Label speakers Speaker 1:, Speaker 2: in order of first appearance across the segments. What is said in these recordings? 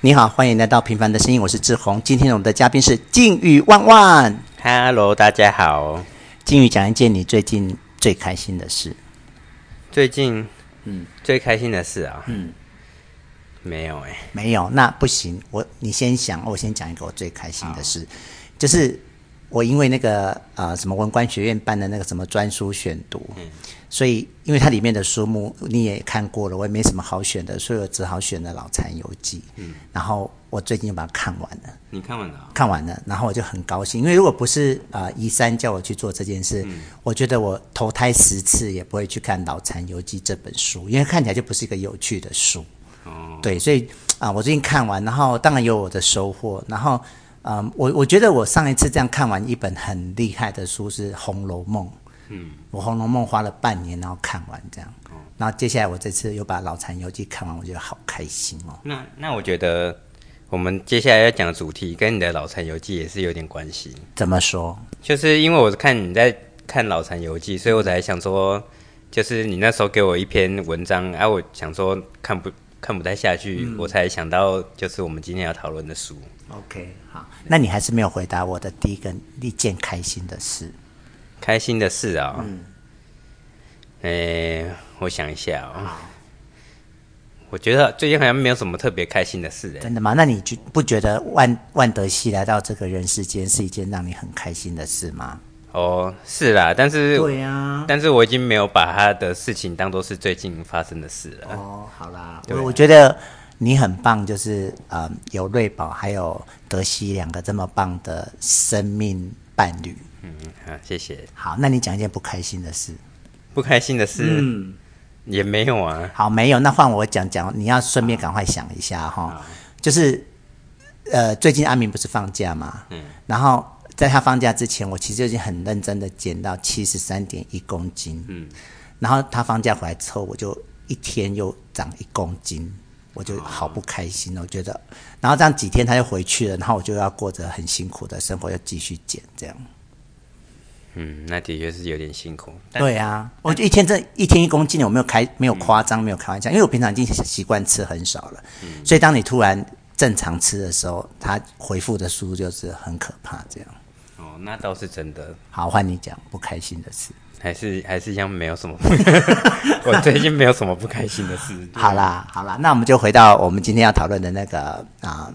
Speaker 1: 你好，欢迎来到《平凡的声音》，我是志宏。今天我们的嘉宾是靖宇万万。
Speaker 2: Hello，大家好。
Speaker 1: 靖宇，讲一件你最近最开心的事。
Speaker 2: 最近，嗯，最开心的事啊，嗯，没有哎、
Speaker 1: 没有，那不行。我你先想，我先讲一个我最开心的事，就是我因为那个呃什么文官学院办的那个什么专书选读，所以因为它里面的书目你也看过了，我也没什么好选的，所以我只好选了《老残游记》。嗯，然后我最近就把它看完了。
Speaker 2: 你看完了、啊？
Speaker 1: 看完了，然后我就很高兴，因为如果不是啊一三叫我去做这件事，我觉得我投胎十次也不会去看《脑残游记》这本书，因为看起来就不是一个有趣的书。哦，对，所以啊、我最近看完，然后当然有我的收获，然后嗯、我我觉得我上一次这样看完一本很厉害的书是《红楼梦》，嗯，哦我《红楼梦》花了半年然后看完这样，然后接下来我这次又把《脑残游记》看完，我觉得好开心哦。
Speaker 2: 那那我觉得我们接下来要讲的主题跟你的《老残游记》也是有点关系，
Speaker 1: 怎么说？
Speaker 2: 就是因为我看你在看《老残游记》，所以我才想说，就是你那时候给我一篇文章，啊，我想说看不看不太下去，我才想到就是我们今天要讨论的书。
Speaker 1: OK，好，那你还是没有回答我的第一个一件开心的事。
Speaker 2: 开心的事啊、嗯，诶、我想一下哦、我觉得最近好像没有什么特别开心的事哎、
Speaker 1: 真的吗？那你觉不觉得万万德西来到这个人世间是一件让你很开心的事吗？
Speaker 2: 哦，是啦，但是
Speaker 1: 呀、
Speaker 2: 但是我已经没有把他的事情当做是最近发生的事了。
Speaker 1: 哦，好啦，
Speaker 2: 对
Speaker 1: 我我觉得你很棒，就是呃，有瑞宝还有德西两个这么棒的生命伴侣。
Speaker 2: 嗯，好，谢谢。
Speaker 1: 好，那你讲一件不开心的事。
Speaker 2: 不开心的事、
Speaker 1: 嗯
Speaker 2: 也没有啊。
Speaker 1: 好，没有，那换我讲讲，你要顺便赶快想一下哈，就是呃，最近阿明不是放假嘛，嗯，然后在他放假之前，我其实就已经很认真的减到七十三点一公斤，嗯，然后他放假回来之后，我就一天又长一公斤。我就好不开心哦，我觉得，然后这样几天他就回去了，然后我就要过着很辛苦的生活，要继续减这样。
Speaker 2: 嗯，那的确是有点辛苦。但
Speaker 1: 对啊，我就一天这一天一公斤，我没有开没有夸张，没有开玩笑，因为我平常已经习惯吃很少了，
Speaker 2: 嗯
Speaker 1: 所以当你突然正常吃的时候，它回复的速度就是很可怕。这样，
Speaker 2: 哦，那倒是真的，
Speaker 1: 好，换你讲不开心的事。
Speaker 2: 还是还是一样没有什么。 我最近没有什么不开心的事。
Speaker 1: 好啦，好啦，那我们就回到我们今天要讨论的那个啊、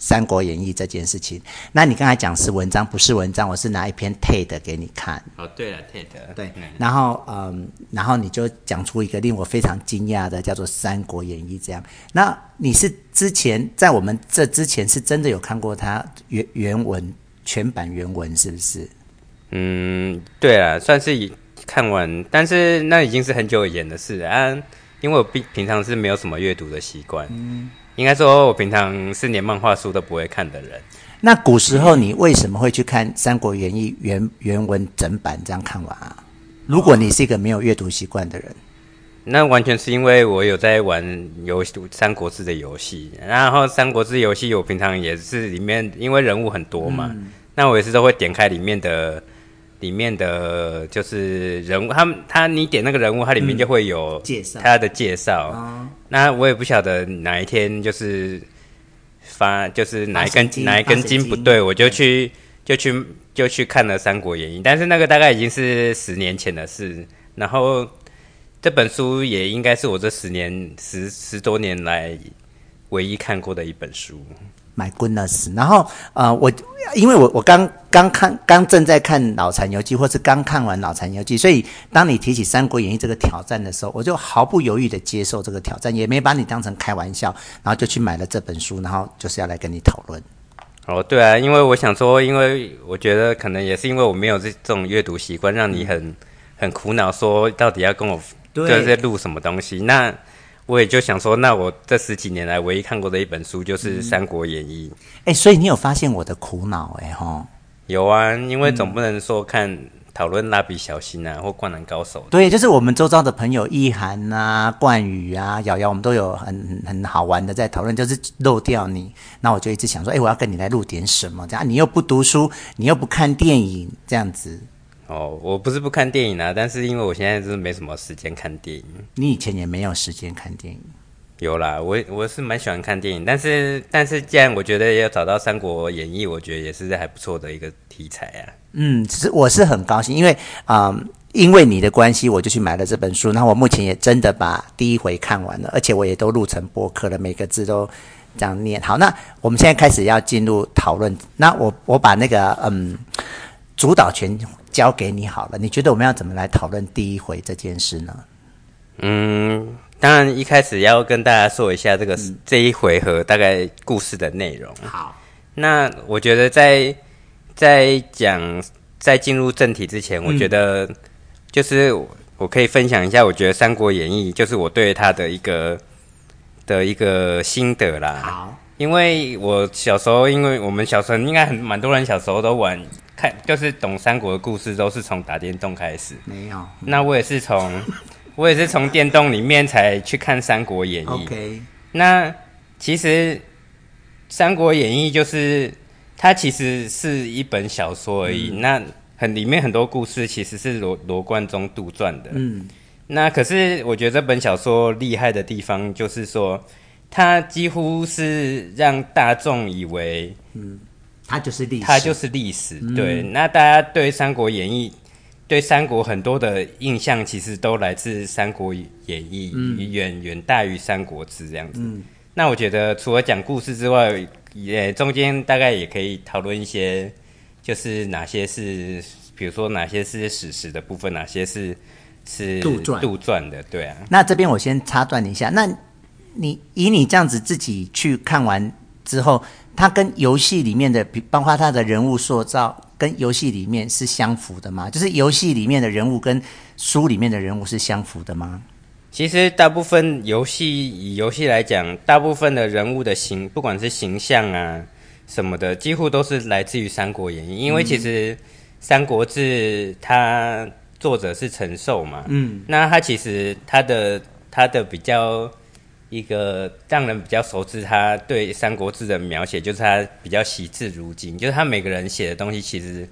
Speaker 1: 三国演义》这件事情。那你刚才讲是文章，不是文章，我是拿一篇 TED 给你看。
Speaker 2: 哦，对了，Ted，
Speaker 1: 对
Speaker 2: 嗯，
Speaker 1: 然后嗯，然后你就讲出一个令我非常惊讶的，叫做《三国演义》这样。那你是之前在我们这之前是真的有看过它原原文全版原文是不是？
Speaker 2: 嗯，对了，算是已看完，但是那已经是很久以前的事了啊。因为我平平常是没有什么阅读的习惯，应该说我平常是连漫画书都不会看的人。
Speaker 1: 那古时候你为什么会去看《三国演义》原原文整版这样看完啊？如果你是一个没有阅读习惯的人，
Speaker 2: 那完全是因为我有在玩游戏《三国志》的游戏，然后《三国志》游戏我平常也是里面，因为人物很多嘛，
Speaker 1: 嗯
Speaker 2: 那我也是都会点开里面的里面的就是人物，他们他你点那个人物，它里面就会有
Speaker 1: 嗯介绍哦
Speaker 2: 他的介绍。那我也不晓得哪一天就是发就是哪一
Speaker 1: 发神
Speaker 2: 根
Speaker 1: 经
Speaker 2: 哪一根筋不对，我就去就去就去看了《三国演义》，但是那个大概已经是十年前的事，然后。这本书也应该是我这十年十十多年来唯一看过的一本书。
Speaker 1: My goodness！然后呃，我因为我我刚刚看刚正在看《脑残游记》，或是刚看完《脑残游记》，所以当你提起《三国演义》这个挑战的时候，我就毫不犹豫的接受这个挑战，也没把你当成开玩笑，然后就去买了这本书，然后就是要来跟你讨论。
Speaker 2: 哦，对啊，因为我想说，因为我觉得可能也是因为我没有这这种阅读习惯，让你很很苦恼，说到底要跟我
Speaker 1: 对
Speaker 2: 就是在录什么东西。那我也就想说，那我这十几年来唯一看过的一本书
Speaker 1: 嗯
Speaker 2: 就是《三国演义》。
Speaker 1: 哎，所以你有发现我的苦恼哎吼？
Speaker 2: 有啊，因为总不能说看讨论《蜡笔小新》啊或《灌篮高手》
Speaker 1: 对，就是我们周遭的朋友意涵啊、冠宇啊、瑶瑶，我们都有很很很好玩的在讨论，就是漏掉你，那我就一直想说，哎，我要跟你来录点什么？这样你又不读书，你又不看电影，这样子，
Speaker 2: 哦，我不是不看电影啊，但是因为我现在就是没什么时间看电影。
Speaker 1: 你以前也没有时间看电影，
Speaker 2: 有啦，我我是蛮喜欢看电影，但是但是既然我觉得要找到《三国演义》，我觉得也是还不错的一个题材啊。
Speaker 1: 嗯，其实我是很高兴，因为啊、嗯因为你的关系，我就去买了这本书。那我目前也真的把第一回看完了，而且我也都录成播客了，每个字都这样念。好，那我们现在开始要进入讨论。那我我把那个嗯主导权交给你好了。你觉得我们要怎么来讨论第一回这件事呢？
Speaker 2: 嗯，当然一开始要跟大家说一下这个、这一回合大概故事的内容。
Speaker 1: 嗯好，
Speaker 2: 那我觉得在在讲在进入正题之前，
Speaker 1: 嗯
Speaker 2: 我觉得就是我可以分享一下，我觉得《三国演义》就是我对它的一个的一个心得啦。
Speaker 1: 好，
Speaker 2: 因为我小时候，因为我们小时候应该很蛮多人小时候都玩看，就是懂三国的故事都是从打电动开始。
Speaker 1: 没有
Speaker 2: 那我也是 从我也是从电动里面才去看《三国演义》。
Speaker 1: ，OK，
Speaker 2: 那其实《三国演义》就是它其实是一本小说而
Speaker 1: 嗯
Speaker 2: 已，那很里面很多故事其实是罗罗贯中杜撰的。
Speaker 1: 嗯，
Speaker 2: 那可是我觉得这本小说厉害的地方就是说，它几乎是让大众以为
Speaker 1: 它就是历史，嗯
Speaker 2: 它就是历史。对，那大家对《三国演义》、对三国很多的印象，其实都来自《三国演义》
Speaker 1: 嗯
Speaker 2: 远远大于《三国志》这样子。那我觉得，除了讲故事之外，也中间大概也可以讨论一些，就是哪些是，比如说哪些是史实的部分，哪些是是
Speaker 1: 杜撰
Speaker 2: 杜撰的，对啊。
Speaker 1: 那这边我先插断你一下，那你以你这样子自己去看完之后，它跟游戏里面的，比包括它的人物塑造，跟游戏里面是相符的吗？就是游戏里面的人物跟书里面的人物是相符的吗？
Speaker 2: 其实大部分游戏以游戏来讲，大部分的人物的形，不管是形象啊什么的，几乎都是来自于《三国演义》，因为其实《三国志》它作者是陈寿嘛，嗯，那他其实他的他的比较一个让人比较熟知他对《三国志》的描写，就是他比较惜字如金，就是他每个人写的东西其实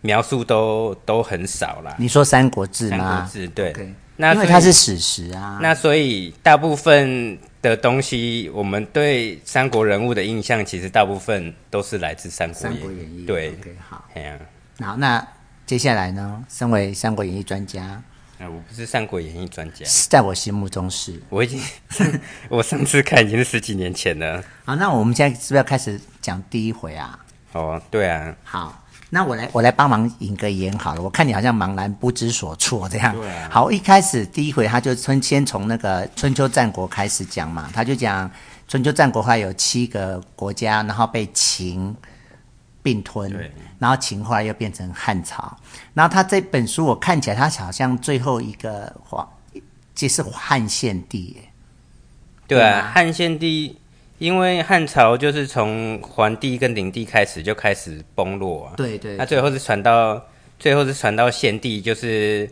Speaker 2: 描述都都很少啦，
Speaker 1: 你说《三国志》
Speaker 2: 《三国
Speaker 1: 吗？
Speaker 2: 志》对。
Speaker 1: 对，
Speaker 2: 那
Speaker 1: 因为
Speaker 2: 所以
Speaker 1: 它是史实啊。
Speaker 2: 那所以大部分的东西，我们对三国人物的印象，其实大部分都是来自《三国
Speaker 1: 三
Speaker 2: 演义
Speaker 1: 国演义》
Speaker 2: 对，
Speaker 1: ，OK，好，
Speaker 2: 哎呀、
Speaker 1: 好，那接下来呢？身为《三国演义》专家，
Speaker 2: 啊我不是《三国演义》专家，
Speaker 1: 在我心目中是
Speaker 2: 我已经我上次看已经是十几年前了。
Speaker 1: 好。那我们现在是不是要开始讲第一回啊？
Speaker 2: 哦，对啊，
Speaker 1: 好，那我来我来帮忙引个言好了。我看你好像茫然不知所措这样。
Speaker 2: 对啊
Speaker 1: 好，一开始第一回他就春先从那个春秋战国开始讲嘛，他就讲春秋战国后来有七个国家，然后被秦并吞
Speaker 2: 对，
Speaker 1: 然后秦后来又变成汉朝。然后他这本书我看起来他好像最后一个皇，这是汉献帝耶。
Speaker 2: 对
Speaker 1: 对
Speaker 2: 啊
Speaker 1: 啊，
Speaker 2: 汉献帝，因为汉朝就是从桓帝跟灵帝开始就开始崩落啊，
Speaker 1: 对对
Speaker 2: 那最后是传到最后是传到献帝，就是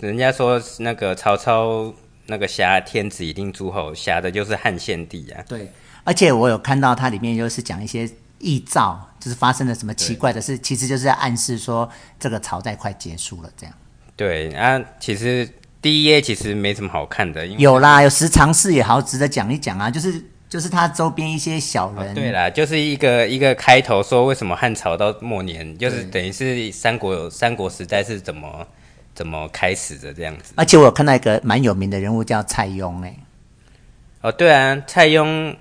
Speaker 2: 人家说那个曹操那个挟天子以令诸侯，挟的就是汉献帝啊。
Speaker 1: 对，而且我有看到它里面就是讲一些异兆，就是发生了什么奇怪的事，其实就是在暗示说这个朝代快结束了这样。
Speaker 2: 对啊，其实第一页其实没什么好看的，因为
Speaker 1: 有啦，有十常侍也好，值得讲一讲啊，就是就是他周边一些小人，
Speaker 2: 啊对啦，就是一个一个开头说为什么汉朝到末年，就是等于是三国三国时代是怎么怎么开始的这样子。
Speaker 1: 而且我有看到一个蛮有名的人物叫蔡邕、欸，
Speaker 2: 哦，对啊，蔡邕，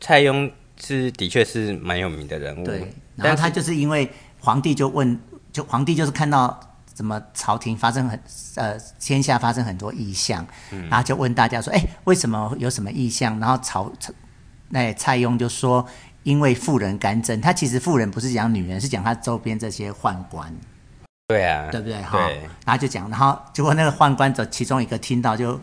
Speaker 2: 蔡邕是的确是蛮有名的人物。
Speaker 1: 对，然后
Speaker 2: 但
Speaker 1: 他就是因为皇帝就问，就皇帝就是看到怎么朝廷发生很呃天下发生很多异象，然后就问大家说，哎，为什么有什么异象？然后曹曹那蔡邕就说，因为妇人干政，他其实妇人不是讲女人，是讲他周边这些宦官，
Speaker 2: 对啊，
Speaker 1: 哎对不对？哈
Speaker 2: 对，，
Speaker 1: 然后就讲，然后结果那个宦官者其中一个听到就。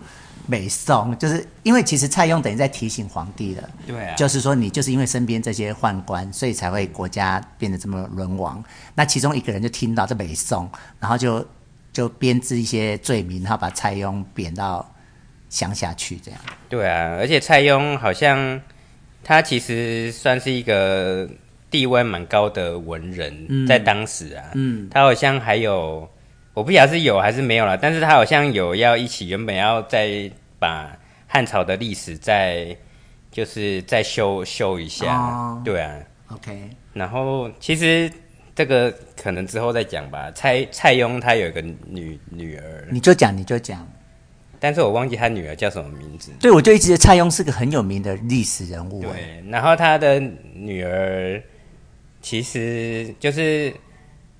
Speaker 1: 美颂，就是因为其实蔡邕等于在提醒皇帝了，
Speaker 2: 对啊，
Speaker 1: 就是说，你就是因为身边这些宦官，所以才会国家变得这么沦亡。那其中一个人就听到这北宋，然后就就编制一些罪名，然后把蔡邕贬到乡下去，这样。
Speaker 2: 对啊，而且蔡邕好像他其实算是一个地位蛮高的文人，在当时啊，嗯，他好像还有，我不晓得是有还是没有了，但是他好像有要一起原本要再把。汉朝的历史再就是再修修一下，
Speaker 1: 哦
Speaker 2: 对啊。
Speaker 1: OK，
Speaker 2: 然后其实这个可能之后再讲吧。蔡蔡邕他有一个女女儿，
Speaker 1: 你就讲，你就讲。
Speaker 2: 但是我忘记他女儿叫什么名字。
Speaker 1: 对，我就一直觉得蔡邕是个很有名的历史人物。哎
Speaker 2: 对，然后他的女儿其实就是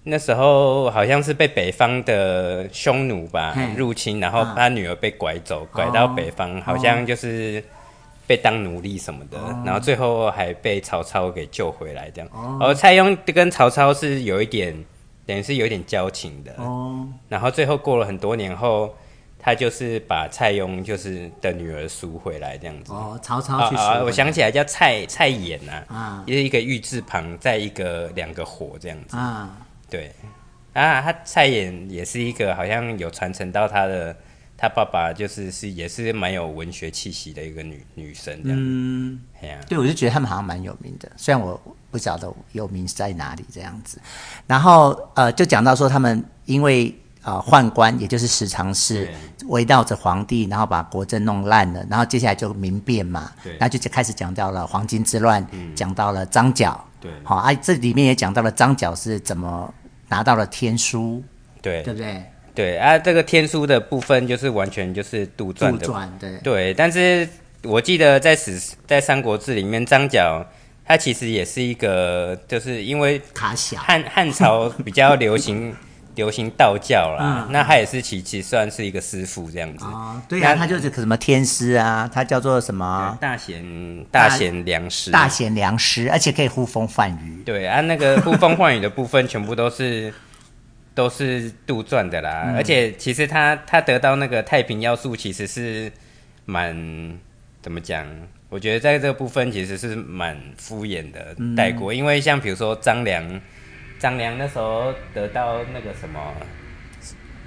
Speaker 2: 那时候好像是被北方的匈奴吧
Speaker 1: 嗯
Speaker 2: 入侵，然后
Speaker 1: 嗯
Speaker 2: 他女儿被拐走，拐到北方，好像就是被当奴隶什么的，然后最后还被曹操给救回来这样。而蔡邕跟曹操是有一点，等于是有一点交情的。
Speaker 1: 哦，
Speaker 2: 然后最后过了很多年后。他就是把蔡邕就是的女儿赎回来这样子，
Speaker 1: 哦，曹操
Speaker 2: 啊
Speaker 1: 去、
Speaker 2: 啊！我想起来叫蔡蔡衍啊，
Speaker 1: 啊
Speaker 2: 就是一个玉字旁，再一个两个火这样子。
Speaker 1: 啊，
Speaker 2: 对，啊，他蔡衍也是一个好像有传承到他的他爸爸，就是是也是蛮有文学气息的一个女女生这样。
Speaker 1: 嗯，
Speaker 2: 哎呀、
Speaker 1: 对，我就觉得他们好像蛮有名的，虽然我不晓得有名在哪里这样子。然后呃，就讲到说他们因为呃宦官，也就是十常侍围绕着皇帝，然后把国政弄烂了，然后接下来就民变嘛，
Speaker 2: 对嗯
Speaker 1: 然后就开始讲到了黄巾之乱，讲到了张角，
Speaker 2: 对
Speaker 1: 好、啊，这里面也讲到了张角是怎么拿到了天书，
Speaker 2: 对
Speaker 1: 对不对？
Speaker 2: 对啊，这个天书的部分就是完全就是杜撰
Speaker 1: 杜
Speaker 2: 的
Speaker 1: 撰，对。
Speaker 2: 对，但是我记得在史在《三国志》里面，张角他其实也是一个，就是因为
Speaker 1: 卡小，
Speaker 2: 汉汉朝比较流行流行道教啦，那他也是其其实算是一个师傅这样子。
Speaker 1: 哦，对呀、
Speaker 2: 那
Speaker 1: 他就是个什么天师啊，他叫做什么
Speaker 2: 大贤大贤良师，
Speaker 1: 大贤良师，而且可以呼风唤雨。
Speaker 2: 对啊，那个呼风唤雨的部分全部都是都是杜撰的啦，
Speaker 1: 嗯
Speaker 2: 而且其实他他得到那个太平要素其实是蛮怎么讲？我觉得在这个部分其实是蛮敷衍的
Speaker 1: 嗯
Speaker 2: 带过，因为像比如说张良，张良那时候得到那个什么，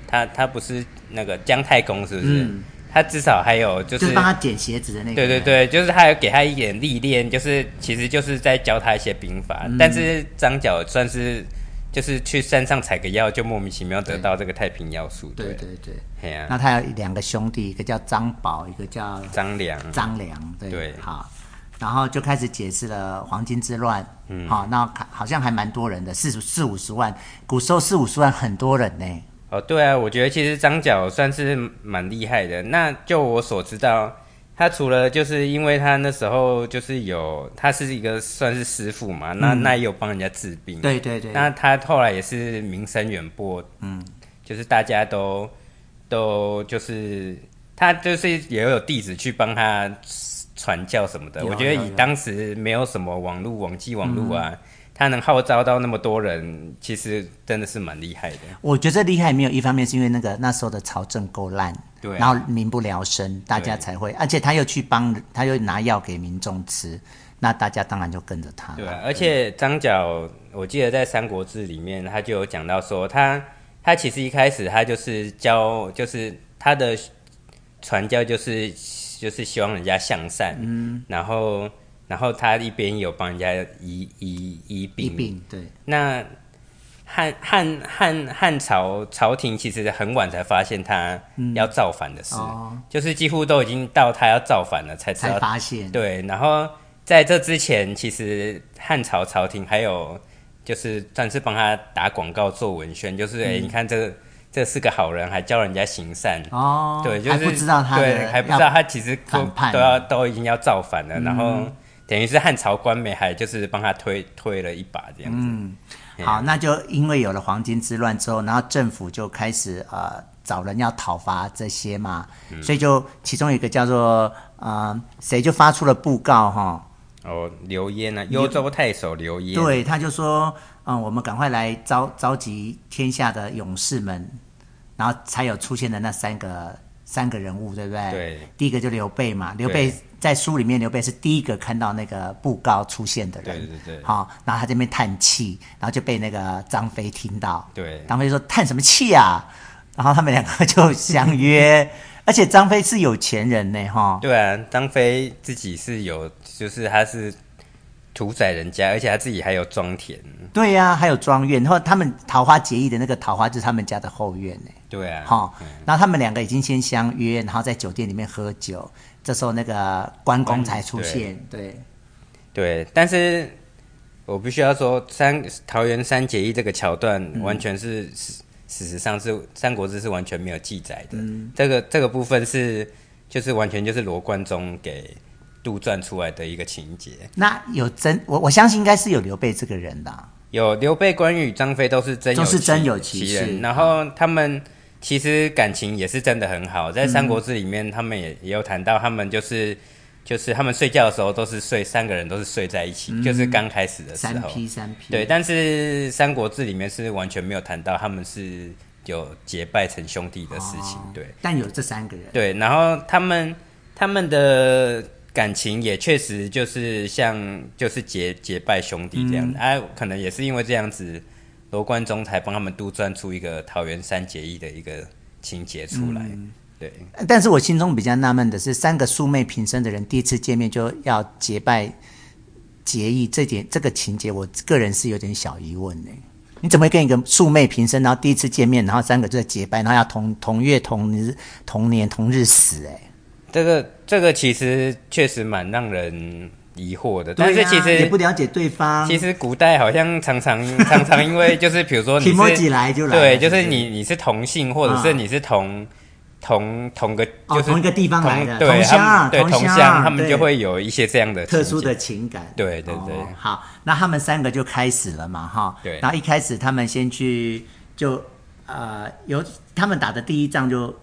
Speaker 2: 他他不是那个姜太公是不是？
Speaker 1: 嗯
Speaker 2: 他至少还有
Speaker 1: 就
Speaker 2: 就
Speaker 1: 是是帮他剪鞋子的那个，
Speaker 2: 对对，对，就是他有给他一点历练，就是其实就是在教他一些兵法。
Speaker 1: 嗯
Speaker 2: 但是张角算是就是去山上采个药，就莫名其妙得到这个太平要素。
Speaker 1: 对，对对。
Speaker 2: 哎呀、
Speaker 1: 那他有两个兄弟，一个叫张宝，一个叫
Speaker 2: 张良，
Speaker 1: 张良，对，
Speaker 2: 对
Speaker 1: 好，然后就开始解释了黄巾之乱，嗯，好、那好像还蛮多人的，四十四五十万，古时候四五十万很多人呢，
Speaker 2: 哦，对啊，我觉得其实张角算是蛮厉害的。那就我所知道，他除了就是因为他那时候就是有他是一个算是师傅嘛，那、那也有帮人家治
Speaker 1: 嗯
Speaker 2: 病。
Speaker 1: 对对对，
Speaker 2: 那他后来也是名声远播，嗯，就是大家都都就是他就是也有弟子去帮他传教什么的。
Speaker 1: 有
Speaker 2: 我觉得
Speaker 1: 有嗯
Speaker 2: 以
Speaker 1: 有
Speaker 2: 当时没有什么网络、网际网络啊，他能号召到那么多人，其实真的是蛮厉害的。
Speaker 1: 我觉得厉害没有，一方面是因为那个那时候的朝政够烂，
Speaker 2: 对
Speaker 1: 然后民不聊生，大家才会，而且他又去帮，他又拿药给民众吃，那大家当然就跟着他
Speaker 2: 对、
Speaker 1: 了。
Speaker 2: 啊，而且张角，我记得在《三国志》里面，他就有讲到说，他他其实一开始他就是教，就是他的传教就是就是希望人家向善，嗯，然后然后他一边有帮人家医医医
Speaker 1: 一
Speaker 2: 病，
Speaker 1: 病对，
Speaker 2: 那汉汉汉汉朝朝廷其实很晚才发现他要造反的事，
Speaker 1: 嗯哦
Speaker 2: 就是几乎都已经到他要造反了才知道
Speaker 1: 才发现，
Speaker 2: 啊对，然后在这之前，其实汉朝朝廷还有就是算是帮他打广告做文宣，就是哎、你看这这是个好人，还教人家行善。
Speaker 1: 嗯哦，
Speaker 2: 对，就是
Speaker 1: 还不知道他
Speaker 2: 对，
Speaker 1: 的，
Speaker 2: 还不知道，他其实都
Speaker 1: 反叛嗯
Speaker 2: 都要都已经要造反了，然后等于是汉朝官媒还就是帮他推推了一把这样子。
Speaker 1: 嗯
Speaker 2: 哎
Speaker 1: 好，那就因为有了黄巾之乱之后，然后政府就开始呃找人要讨伐这些嘛，
Speaker 2: 嗯
Speaker 1: 所以就其中一个叫做呃谁就发出了布告哈、
Speaker 2: 哦，刘焉啊，幽州太守刘焉，
Speaker 1: 对，他就说，嗯，我们赶快来召召集天下的勇士们，然后才有出现的那三个三个人物，对不对？
Speaker 2: 对。
Speaker 1: 第一个就刘备嘛，刘备在书里面，刘备是第一个看到那个布告出现的人。
Speaker 2: 对对对
Speaker 1: 好、然后他这边叹气，然后就被那个张飞听到。
Speaker 2: 对
Speaker 1: 张飞就说叹什么气啊？然后他们两个就相 约，而且张飞是有钱人呢，哈。
Speaker 2: 对啊，张飞自己是有，就是他是屠宰人家，而且他自己还有庄田。
Speaker 1: 对呀、还有庄院，然后他们桃花结义的那个桃花就是他们家的后院呢、
Speaker 2: 对啊，
Speaker 1: 哈、然后他们两个已经先相约，然后在酒店里面喝酒，这时候那个关公才出现，对，
Speaker 2: 对，但是我必须要说，三桃园三结义这个桥段
Speaker 1: 嗯
Speaker 2: 完全是、事事实上是《三国志》是完全没有记载的。
Speaker 1: 嗯
Speaker 2: 这个这个部分是就是完全就是罗贯中给杜撰出来的一个情节。
Speaker 1: 那有真我我相信应该是有刘备这个人的啊、
Speaker 2: 有刘备、关羽、张飞都是真有
Speaker 1: 都是真有其
Speaker 2: 其
Speaker 1: 事
Speaker 2: 人，然后他们其实感情也是真的很好，
Speaker 1: 嗯
Speaker 2: 在《三国志》里面，他们也也有谈到，他们就是就是他们睡觉的时候都是睡三个人都是睡在一起，就是刚开始的时
Speaker 1: 嗯三
Speaker 2: 候，
Speaker 1: 批三批，
Speaker 2: 对，但是《三国志》里面是完全没有谈到他们是有结拜成兄弟的事
Speaker 1: 哦
Speaker 2: 情，对
Speaker 1: 但有这三个人，
Speaker 2: 对，然后他们他们的感情也确实就是像就是结结拜兄弟这样
Speaker 1: 嗯
Speaker 2: 子，哎、啊，可能也是因为这样子，罗贯中才帮他们杜撰出一个桃园三结义的一个情节出来，
Speaker 1: 嗯
Speaker 2: 对，
Speaker 1: 但是我心中比较纳闷的是，三个素昧平生的人第一次见面就要结拜结义，这点这个情节，我个人是有点小疑问呢、你怎么会跟一个素昧平生，然后第一次见面，然后三个就在结拜，然后要同同月同日同年同日死、哎，
Speaker 2: 这个这个其实确实蛮让人疑惑的，但
Speaker 1: 对
Speaker 2: 是
Speaker 1: 啊
Speaker 2: 其实
Speaker 1: 也不了解对方。
Speaker 2: 其实古代好像常常 常常因为就是比如说你
Speaker 1: Kimoji
Speaker 2: 是
Speaker 1: 来就来
Speaker 2: 对，
Speaker 1: 了
Speaker 2: 就是
Speaker 1: 对
Speaker 2: 你你是同姓或者是你是同同同个
Speaker 1: 哦
Speaker 2: 就是
Speaker 1: 同一个地方来的
Speaker 2: 同对
Speaker 1: 同乡
Speaker 2: 他
Speaker 1: 啊
Speaker 2: 们对
Speaker 1: 同
Speaker 2: 同
Speaker 1: 乡
Speaker 2: 乡，他们
Speaker 1: 对
Speaker 2: 就会有一些这样的
Speaker 1: 特
Speaker 2: 情
Speaker 1: 殊的
Speaker 2: 景
Speaker 1: 情感。
Speaker 2: 对对对
Speaker 1: 哦好，那他们三个就开始了嘛，哈。
Speaker 2: 对
Speaker 1: 然后一开始他们先去就呃有他们打的第一仗就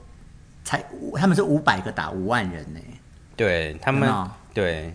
Speaker 1: 才五他们是五百个打五万人呢、
Speaker 2: 对他
Speaker 1: 有
Speaker 2: 们
Speaker 1: 没有
Speaker 2: 对。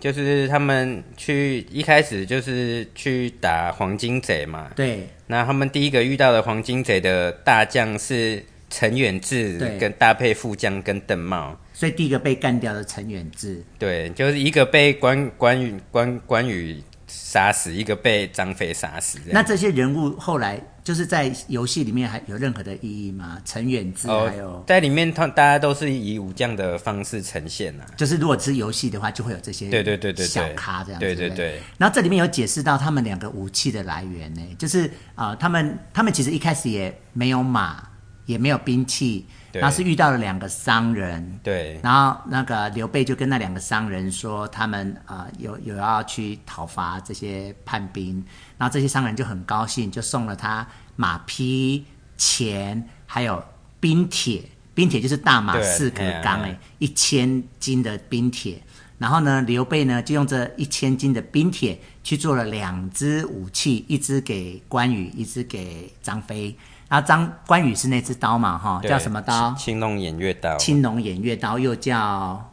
Speaker 2: 就是他们去一开始就是去打黄金贼嘛，
Speaker 1: 对
Speaker 2: 那他们第一个遇到的黄金贼的大将是陈远志
Speaker 1: 对，
Speaker 2: 跟搭配副将跟邓茂，
Speaker 1: 所以第一个被干掉的陈远志，
Speaker 2: 对，就是一个被关关羽关关羽杀死，一个被张飞杀死这
Speaker 1: 那
Speaker 2: 样。
Speaker 1: 这些人物后来就是在游戏里面还有任何的意义吗？陈远志还有、
Speaker 2: 哦在里面他大家都是以武将的方式呈现啊。
Speaker 1: 就是如果是游戏的话，就会有这些
Speaker 2: 对对对对对
Speaker 1: 小咖这样子
Speaker 2: 对对
Speaker 1: 不
Speaker 2: 对
Speaker 1: 然后这里面有解释到他们两个武器的来源呢，就是啊、呃他们他们其实一开始也没有马，也没有兵器，
Speaker 2: 对
Speaker 1: 然后是遇到了两个商人。
Speaker 2: 对
Speaker 1: 然后那个刘备就跟那两个商人说，他们啊、呃有有要去讨伐这些叛兵，然后这些商人就很高兴，就送了他马匹、钱，还有冰铁。冰铁就是大马
Speaker 2: 对
Speaker 1: 士革
Speaker 2: 嘿啊
Speaker 1: 钢
Speaker 2: 嘿啊
Speaker 1: 哎，一千斤的冰铁。然后呢，刘备呢就用这一千斤的冰铁去做了两支武器，一支给关羽，一支给张飞。然后张关羽是那只刀嘛，哈，
Speaker 2: 对
Speaker 1: 叫什么刀
Speaker 2: 青？青龙偃月刀，
Speaker 1: 啊青龙偃月刀，又叫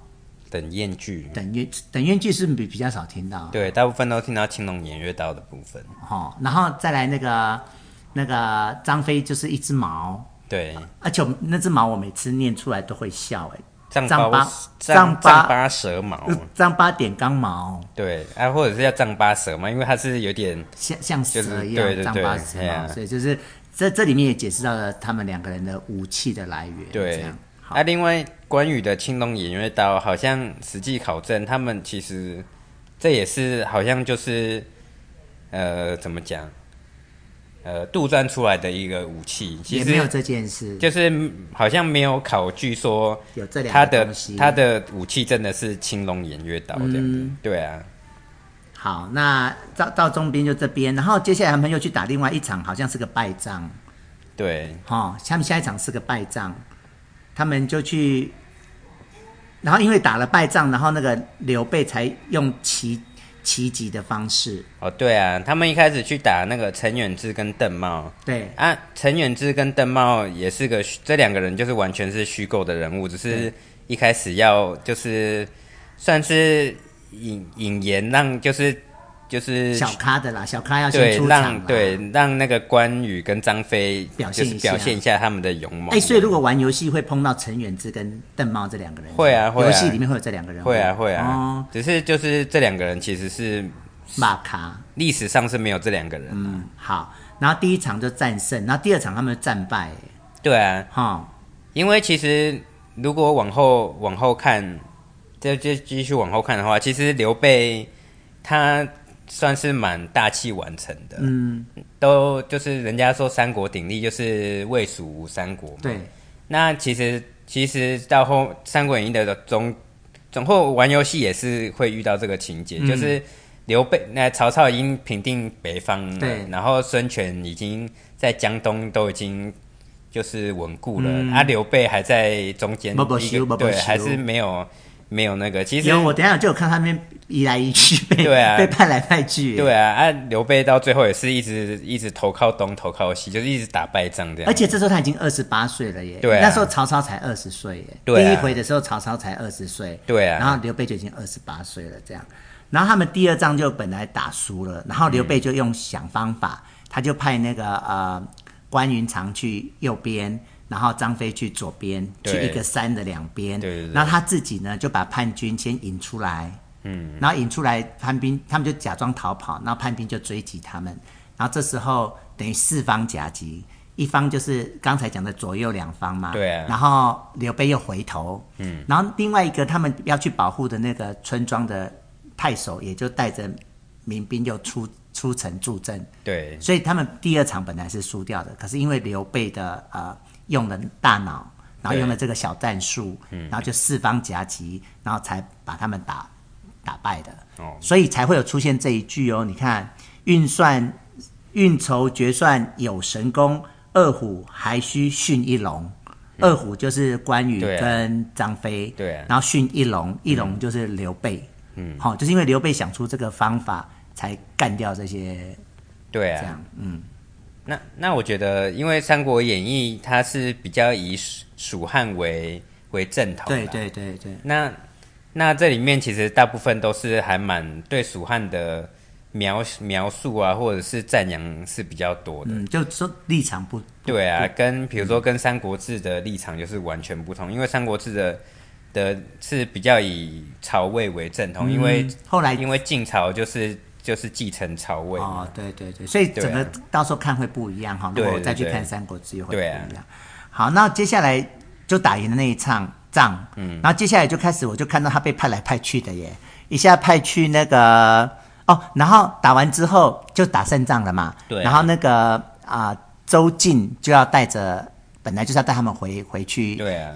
Speaker 2: 等燕剧。
Speaker 1: 等月等月句是比比较少听到，
Speaker 2: 对，大部分都听到青龙偃月刀的部分。
Speaker 1: 哈、然后再来那个那个张飞就是一只毛，
Speaker 2: 对，
Speaker 1: 而且我们那只毛我每次念出来都会笑，哎，
Speaker 2: 丈
Speaker 1: 丈八
Speaker 2: 八
Speaker 1: 丈
Speaker 2: 丈
Speaker 1: 八
Speaker 2: 丈八蛇矛。
Speaker 1: 张八点钢毛，
Speaker 2: 对，啊，或者是叫丈八蛇嘛，因为它是有点
Speaker 1: 像像蛇一
Speaker 2: 就是对
Speaker 1: 样
Speaker 2: 对
Speaker 1: 丈
Speaker 2: 对
Speaker 1: 八蛇
Speaker 2: 哎
Speaker 1: 嘛，
Speaker 2: 呀
Speaker 1: 所以就是这这里面也解释到了他们两个人的武器的来源，这
Speaker 2: 对哎
Speaker 1: 样。好
Speaker 2: 那、另外，关羽的青龙偃月刀好像实际考证，他们其实这也是好像就是呃怎么讲，呃杜撰出来的一个武器，其
Speaker 1: 也没有
Speaker 2: 实
Speaker 1: 这件事，
Speaker 2: 就是好像没有考据说
Speaker 1: 有这两
Speaker 2: 他
Speaker 1: 个
Speaker 2: 的
Speaker 1: 东西。
Speaker 2: 他的武器真的是青龙偃月刀这样子，
Speaker 1: 嗯
Speaker 2: 对啊，
Speaker 1: 好，那赵赵忠斌就这边，然后接下来他们又去打另外一场，好像是个败仗。
Speaker 2: 对
Speaker 1: 哦，他们下一场是个败仗，他们就去，然后因为打了败仗，然后那个刘备才用奇奇袭的方式，
Speaker 2: 哦对啊，他们一开始去打那个陈远志跟邓茂，
Speaker 1: 对
Speaker 2: 啊，陈远志跟邓茂也是个虚，这两个人就是完全是虚构的人物，只是一开始要就是算是引引言让就是就是
Speaker 1: 小咖的啦，小咖要先
Speaker 2: 对
Speaker 1: 出场
Speaker 2: 让
Speaker 1: 啦
Speaker 2: 对。让那个关羽跟张飞
Speaker 1: 表
Speaker 2: 就
Speaker 1: 现
Speaker 2: 是
Speaker 1: 一下
Speaker 2: 表现一下他们的勇猛。
Speaker 1: 哎，所以如果玩游戏会碰到陈远志跟邓茂这两个人，
Speaker 2: 会啊会啊
Speaker 1: 游戏里面会有这两个人物，
Speaker 2: 会啊会啊，
Speaker 1: 哦，
Speaker 2: 只是就是这两个人其实是
Speaker 1: 马卡，
Speaker 2: 历史上是没有这两个人、啊，
Speaker 1: 嗯，好，然后第一场就战胜，然后第二场他们就战败，哎
Speaker 2: 对啊，
Speaker 1: 哈，
Speaker 2: 因为其实如果往后往后看，就就继续往后看的话，其实刘备它算是蛮大器晚成的。嗯，都就是人家说三国鼎立，就是魏蜀吴三国嘛。
Speaker 1: 对，
Speaker 2: 那其实其实到后《三国演义》的中总后玩游戏也是会遇到这个情
Speaker 1: 嗯
Speaker 2: 节，就是刘备那曹操已经平定北方了，
Speaker 1: 对
Speaker 2: 然后孙权已经在江东都已经就是稳固了，
Speaker 1: 嗯
Speaker 2: 啊，刘备还在中间
Speaker 1: 没没
Speaker 2: 一
Speaker 1: 修
Speaker 2: 个
Speaker 1: 没
Speaker 2: 对
Speaker 1: 没修
Speaker 2: 还是没有没有那个，其实
Speaker 1: 因为我等一下就有看他们移来移去被
Speaker 2: 对啊
Speaker 1: 被派来派去，
Speaker 2: 对啊，啊，刘备到最后也是一直一直投靠东投靠西，就是一直打败仗这样
Speaker 1: 而。且这时候他已经二十八岁了耶，
Speaker 2: 对啊
Speaker 1: 那时候曹操才二十岁耶，
Speaker 2: 对
Speaker 1: 第
Speaker 2: 啊
Speaker 1: 一回的时候曹操才二十岁，
Speaker 2: 对啊
Speaker 1: 然后刘备就已经二十八岁了这样，然后他们第二仗就本来打输了，然后刘备就用想方法，他就派那个呃关云长去右边。然后张飞去左边，
Speaker 2: 对
Speaker 1: 去一个山的两边，
Speaker 2: 对对对
Speaker 1: 然后他自己呢就把叛军先引出来，嗯，然后引出来叛兵，他们就假装逃跑，然后叛兵就追击他们，然后这时候等于四方夹击，一方就是刚才讲的左右两方嘛，
Speaker 2: 对啊
Speaker 1: 然后刘备又回头，嗯，然后另外一个他们要去保护的那个村庄的太守，也就带着民兵又出出城助阵，
Speaker 2: 对
Speaker 1: 所以他们第二场本来是输掉的，可是因为刘备的呃用了大脑，然后用了这个小战术，
Speaker 2: 嗯
Speaker 1: 然后就四方夹击，然后才把他们打打败的。
Speaker 2: 哦
Speaker 1: 所以才会有出现这一句哦。你看，运算、运筹决算有神功，二虎还需训一龙。二虎就是关羽
Speaker 2: 嗯对啊
Speaker 1: 跟张飞，
Speaker 2: 对啊
Speaker 1: 然后训一龙，一龙就是刘备，嗯，好、就是因为刘备想出这个方法，才干掉这些
Speaker 2: 对
Speaker 1: 这
Speaker 2: 啊，
Speaker 1: 样，嗯，
Speaker 2: 那那我觉得，因为《三国演义》它是比较以蜀蜀汉为为正统，
Speaker 1: 对。对对对，
Speaker 2: 那那这里面其实大部分都是还蛮对蜀汉的描描述啊，或者是赞扬是比较多的。
Speaker 1: 嗯，就说立场不
Speaker 2: 对啊，跟比如说跟《三国志》的立场就是完全不同，因为《三国志的》的是比较以曹魏为正
Speaker 1: 嗯
Speaker 2: 统，因为
Speaker 1: 后来
Speaker 2: 因为晋朝就是就是继承曹魏嘛，
Speaker 1: 哦，对对对，所以整个
Speaker 2: 对啊
Speaker 1: 到时候看会不一样哈。如果
Speaker 2: 对
Speaker 1: 我
Speaker 2: 对
Speaker 1: 再去
Speaker 2: 对
Speaker 1: 看《三国志》又会不一
Speaker 2: 对啊
Speaker 1: 样。好，那接下来就打赢了那一场仗，嗯，然后接下来就开始我就看到他被派来派去的耶，一下派去那个哦，然后打完之后就打胜仗了嘛，
Speaker 2: 对啊
Speaker 1: 然后那个啊、周进就要带着。本来就是要带他们回回去
Speaker 2: 对啊，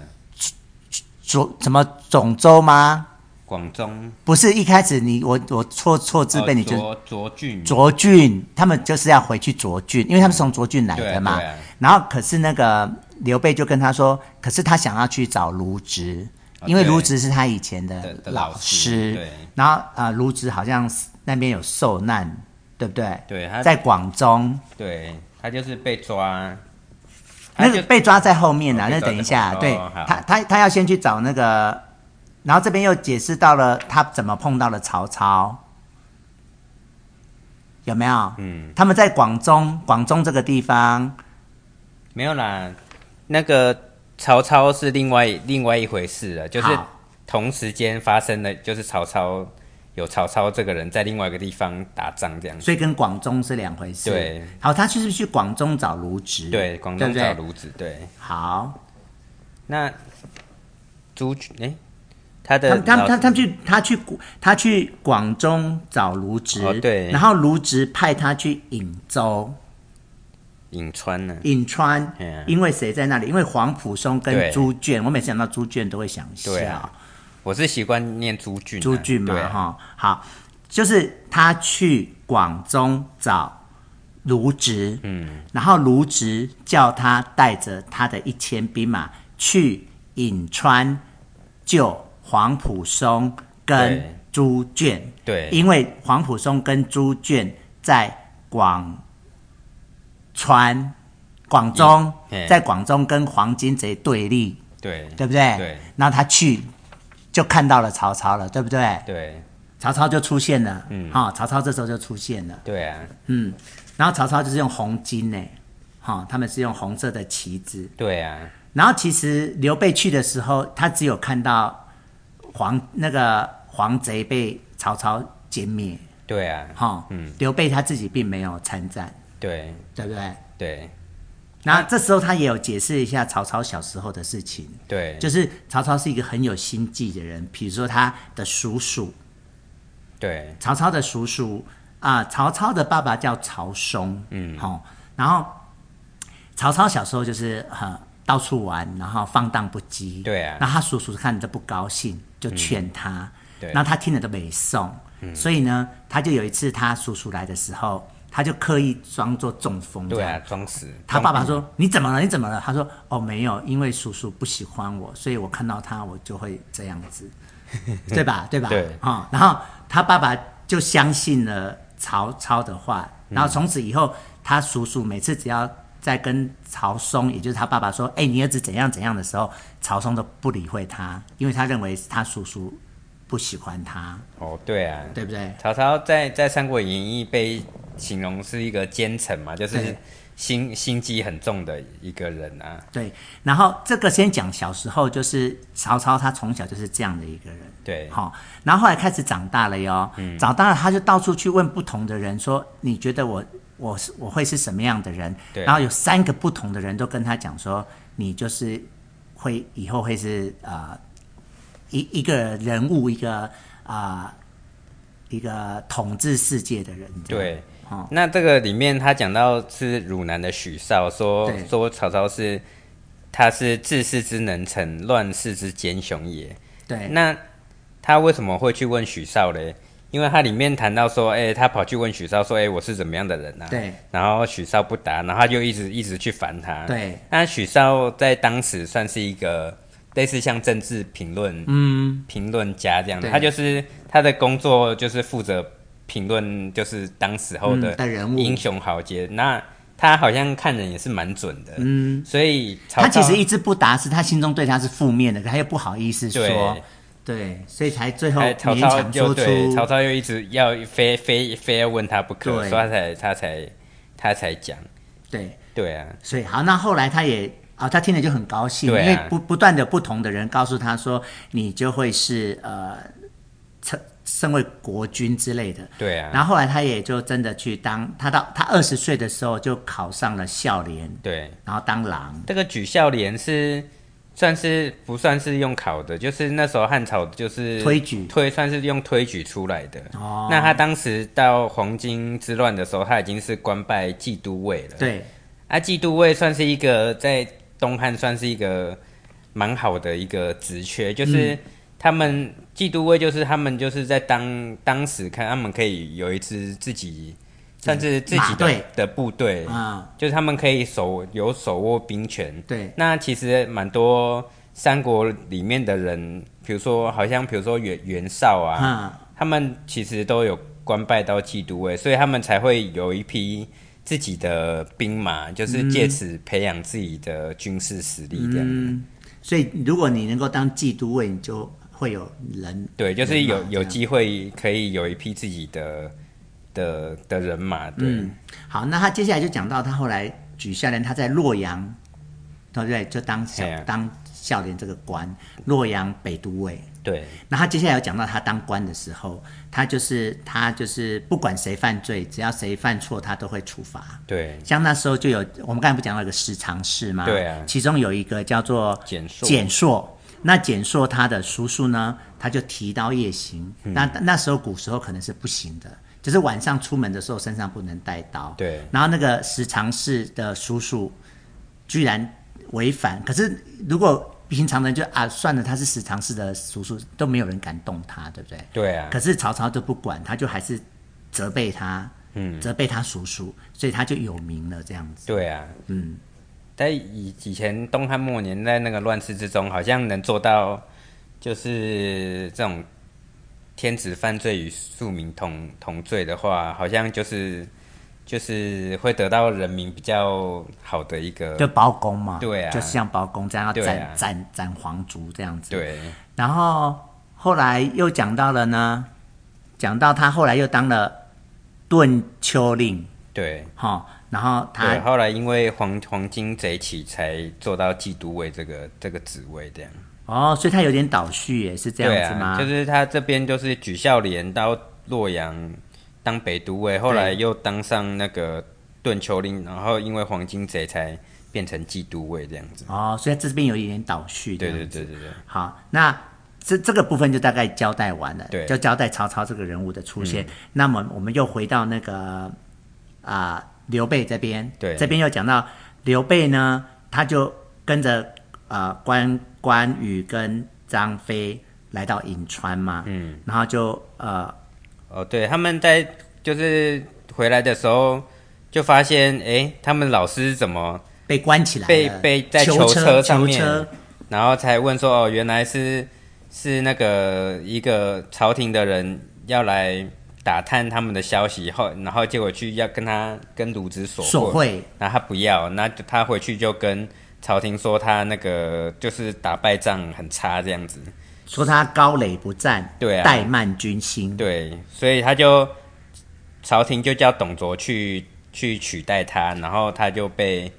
Speaker 1: 总什么总州吗？
Speaker 2: 广宗
Speaker 1: 不是一开始你我我错错字被你就
Speaker 2: 卓卓俊
Speaker 1: 卓俊，他们就是要回去卓俊，因为他们是从卓俊来的嘛。
Speaker 2: 对啊对啊
Speaker 1: 然后可是那个刘备就跟他说，可是他想要去找卢植，
Speaker 2: 啊
Speaker 1: 因为
Speaker 2: 对
Speaker 1: 卢植是他以前的
Speaker 2: 的的
Speaker 1: 老
Speaker 2: 老师
Speaker 1: 师
Speaker 2: 对。
Speaker 1: 然后呃，卢植好像是那边有受难，对不对？
Speaker 2: 对他
Speaker 1: 在广州，
Speaker 2: 对他就是被抓，他
Speaker 1: 那
Speaker 2: 就
Speaker 1: 个被抓在后面啊
Speaker 2: 哦，被
Speaker 1: 那
Speaker 2: 抓在
Speaker 1: 等一下，
Speaker 2: 后面
Speaker 1: 对
Speaker 2: 哦好
Speaker 1: 他他他要先去找那个，然后这边又解释到了他怎么碰到了曹操，有没有？
Speaker 2: 嗯
Speaker 1: 他们在广中，广中这个地方，
Speaker 2: 没有啦，那个曹操是另外另外一回事了，就是
Speaker 1: 好
Speaker 2: 同时间发生的，就是曹操有曹操这个人在另外一个地方打仗这样子。
Speaker 1: 所以跟广中是两回事。
Speaker 2: 对，
Speaker 1: 好，他是不是去广中找卢植？
Speaker 2: 对，广东
Speaker 1: 对不对
Speaker 2: 找卢子，对，
Speaker 1: 好，
Speaker 2: 那朱哎、
Speaker 1: 他
Speaker 2: 他的
Speaker 1: 们他们
Speaker 2: 老
Speaker 1: 他们他们去他去他去广中找卢植、
Speaker 2: 哦对
Speaker 1: 然后卢植派他去颍州、
Speaker 2: 颍川呢？
Speaker 1: 颍川、
Speaker 2: 哎呀
Speaker 1: 因为谁在那里？因为黄甫松跟
Speaker 2: 对
Speaker 1: 朱卷，我每次想到朱卷都会想笑。
Speaker 2: 对啊我是习惯念朱俊、啊，
Speaker 1: 朱俊嘛
Speaker 2: 对啊
Speaker 1: 哈、好，就是他去广中找卢植，嗯，然后卢植叫他带着他的一千兵马去颍川救黄埔松跟
Speaker 2: 对
Speaker 1: 朱卷，
Speaker 2: 对
Speaker 1: 因为黄埔松跟朱卷在广川、广中
Speaker 2: 嗯嘿，
Speaker 1: 在广中跟黄金贼对立，
Speaker 2: 对
Speaker 1: 对不对？
Speaker 2: 对。
Speaker 1: 然后他去就看到了曹操了，对不对？
Speaker 2: 对
Speaker 1: 曹操就出现了，嗯，好、曹操这时候就出现了，
Speaker 2: 对啊，
Speaker 1: 嗯，然后曹操就是用红巾呢，好、他们是用红色的旗子。
Speaker 2: 对啊，
Speaker 1: 然后其实刘备去的时候，他只有看到黄那个黄贼被曹操歼灭，
Speaker 2: 对啊，
Speaker 1: 哈、嗯，刘备他自己并没有参战，
Speaker 2: 对
Speaker 1: 对不对？
Speaker 2: 对
Speaker 1: 然后这时候他也有解释一下曹操小时候的事情，
Speaker 2: 对，
Speaker 1: 就是曹操是一个很有心计的人，比如说他的叔叔，
Speaker 2: 对，
Speaker 1: 曹操的叔叔啊、曹操的爸爸叫曹嵩，嗯，好、然后曹操小时候就是呃到处玩，然后放荡不羁，
Speaker 2: 对啊嗯
Speaker 1: 然后他叔叔看着不高兴，就劝他，
Speaker 2: 对嗯
Speaker 1: 然后他听了都没送，所以呢，他就有一次他叔叔来的时候，他就刻意装作中风，
Speaker 2: 对啊，，装死。
Speaker 1: 他爸爸
Speaker 2: 装
Speaker 1: 说：“你怎么了？你怎么了？”他说：“哦，没有，因为叔叔不喜欢我，所以我看到他我就会这样子，对吧？对吧？
Speaker 2: 对
Speaker 1: 啊、然后他爸爸就相信了曹操的话，然后从此以后，他叔叔每次只要在跟曹嵩，也就是他爸爸说：‘哎，你儿子怎样怎样’的时候，曹嵩都不理会他，因为他认为他叔叔不喜欢他，
Speaker 2: 死哦，对啊，
Speaker 1: 对不对？
Speaker 2: 曹操在在《三国演义》被形容是一个奸臣嘛，就是
Speaker 1: 对
Speaker 2: 心心机很重的一个人啊。
Speaker 1: 对。然后这个先讲小时候，就是曹操他从小就是这样的一个人。”
Speaker 2: 对，嗯
Speaker 1: 好、然后后来开始长大了哟，长大了他就到处去问不同的人说，你觉得我我是我会是什么样的人？
Speaker 2: 对
Speaker 1: 然后有三个不同的人都跟他讲说，你就是会以后会是呃一一个人物，一个啊、一个统治世界的人。这样
Speaker 2: 对，那这个里面他讲到是汝南的许绍说
Speaker 1: 对
Speaker 2: 说曹操是他是治世之能臣，乱世之奸雄也。
Speaker 1: 对，
Speaker 2: 那他为什么会去问许绍嘞？因为他里面谈到说，哎、他跑去问许绍说，哎、我是怎么样的人啊？
Speaker 1: 对。
Speaker 2: 然后许绍不答，然后他就一直一直去烦他。
Speaker 1: 对。
Speaker 2: 那许绍在当时算是一个类似像政治评论，嗯，评论家这样的，
Speaker 1: 对
Speaker 2: 他就是他的工作就是负责评论，就是当时候的
Speaker 1: 嗯的人物
Speaker 2: 英雄豪杰。那他好像看人也是蛮准的，嗯，所以曹
Speaker 1: 他
Speaker 2: 操
Speaker 1: 其实一直不答是他心中对他是负面的，可他又不好意思
Speaker 2: 对
Speaker 1: 说，对，所以才最后
Speaker 2: 哎，曹
Speaker 1: 哦勉
Speaker 2: 操
Speaker 1: 强
Speaker 2: 就
Speaker 1: 说出
Speaker 2: 对曹操又一直要非非非要问他不
Speaker 1: 对
Speaker 2: 可，所以他才他才他才讲，
Speaker 1: 对
Speaker 2: 对啊，
Speaker 1: 所以好，那后来他也啊、他听了就很高兴，
Speaker 2: 对啊
Speaker 1: 因为不不断的不同的人告诉他说，你就会是呃，称身为国君之类的。
Speaker 2: 对啊，
Speaker 1: 然后后来他也就真的去当，他到他二十岁的时候就考上了孝廉，
Speaker 2: 对
Speaker 1: 然后当郎。
Speaker 2: 这个举孝廉是算是不算是用考的，就是那时候汉朝就是
Speaker 1: 推举
Speaker 2: 推算是用推举出来的。
Speaker 1: 哦
Speaker 2: 那他当时到黄巾之乱的时候，他已经是官拜季都尉了。
Speaker 1: 对
Speaker 2: 啊，季都尉算是一个在东汉算是一个蛮好的一个职缺，
Speaker 1: 嗯
Speaker 2: 就是他们季都尉，就是他们就是在当当时看他们可以有一支自己算是自
Speaker 1: 嗯
Speaker 2: 己
Speaker 1: 马队
Speaker 2: 的的部队，
Speaker 1: 啊、
Speaker 2: 就是他们可以手有手握兵权。
Speaker 1: 对
Speaker 2: 那其实蛮多三国里面的人，比如说好像比如说袁袁绍啊，
Speaker 1: 嗯
Speaker 2: 他们其实都有官拜到季都尉，所以他们才会有一批自己的兵马，就是借此培养自己的军事实力这样。
Speaker 1: 所以如果你能够当季都尉，你就会有人
Speaker 2: 对，就是有
Speaker 1: 人马这
Speaker 2: 有
Speaker 1: 样
Speaker 2: 机会可以有一批自己的的的人马，对、
Speaker 1: 好，那他接下来就讲到他后来举孝廉，他在洛阳，对不对？就当小
Speaker 2: 嘿啊
Speaker 1: 当孝廉这个官，洛阳北都尉。
Speaker 2: 对
Speaker 1: 那他接下来有讲到他当官的时候，他就是他就是不管谁犯罪，只要谁犯错，他都会处罚。
Speaker 2: 对
Speaker 1: 像那时候就有，我们刚才不讲到有个十常侍吗？
Speaker 2: 对啊
Speaker 1: 其中有一个叫做
Speaker 2: 简硕
Speaker 1: 简硕，那简硕他的叔叔呢，他就提刀夜行。
Speaker 2: 嗯
Speaker 1: 那那时候古时候可能是不行的，就是晚上出门的时候身上不能带刀。
Speaker 2: 对
Speaker 1: 然后那个十常侍的叔叔居然违反，可是如果平常人就啊算了，他是十常侍的叔叔，都没有人敢动他，对不对？
Speaker 2: 对啊
Speaker 1: 可，是曹操就不管，他就还是责备他，嗯，责备他叔叔，所以他就有名了这样子。
Speaker 2: 对啊，嗯。在以以前东汉末年，在那个乱世之中，好像能做到就是这种天子犯罪与庶民同同罪的话，好像就是就是会得到人民比较好的一个
Speaker 1: 就包公嘛，
Speaker 2: 对啊
Speaker 1: 就像包公这样要
Speaker 2: 对
Speaker 1: 斩、
Speaker 2: 啊
Speaker 1: 斩斩皇族这样子。，
Speaker 2: 对
Speaker 1: 然后后来又讲到了呢，讲到他后来又当了顿丘令，
Speaker 2: 对
Speaker 1: 哈、然后
Speaker 2: 对。
Speaker 1: 他
Speaker 2: 后来因为黄黄巾贼起，才做到季都尉这个这个职位这样。
Speaker 1: 哦，所以他有点倒叙耶，是这
Speaker 2: 对
Speaker 1: 样子
Speaker 2: 啊
Speaker 1: 吗？，
Speaker 2: 就是他这边就是举孝廉到洛阳当北都尉，后来又当上那个顿丘令，然后因为黄金贼才变成季都尉这样子。
Speaker 1: 哦，所以这边有一点倒叙这
Speaker 2: 对
Speaker 1: 样子。
Speaker 2: 对对对对，
Speaker 1: 好，那这这个部分就大概交代完了，
Speaker 2: 对嗯
Speaker 1: 就交代曹操这个人物的出现。那么我们又回到那个啊、刘备这边，
Speaker 2: 对
Speaker 1: 这边又讲到刘备呢，他就跟着呃关关羽跟张飞来到颍川嘛，嗯，然后就呃
Speaker 2: 哦，对，他们在就是回来的时候就发现，哎，他们老师怎么，
Speaker 1: 被关起来了，
Speaker 2: 被被在
Speaker 1: 囚
Speaker 2: 囚车上
Speaker 1: 囚
Speaker 2: 面
Speaker 1: 哎车
Speaker 2: 然后才问说，哦，原来是是那个一个朝廷的人要来打探他们的消息后，然后结果去要跟他跟鲁子索
Speaker 1: 索贿，
Speaker 2: 然后他不要，那就他回去就跟朝廷说他那个就是打败仗很差这样子，
Speaker 1: 说他高垒不战，
Speaker 2: 对啊
Speaker 1: 怠慢军心，
Speaker 2: 对，所以他就朝廷就叫董卓去去取代他，然后他就被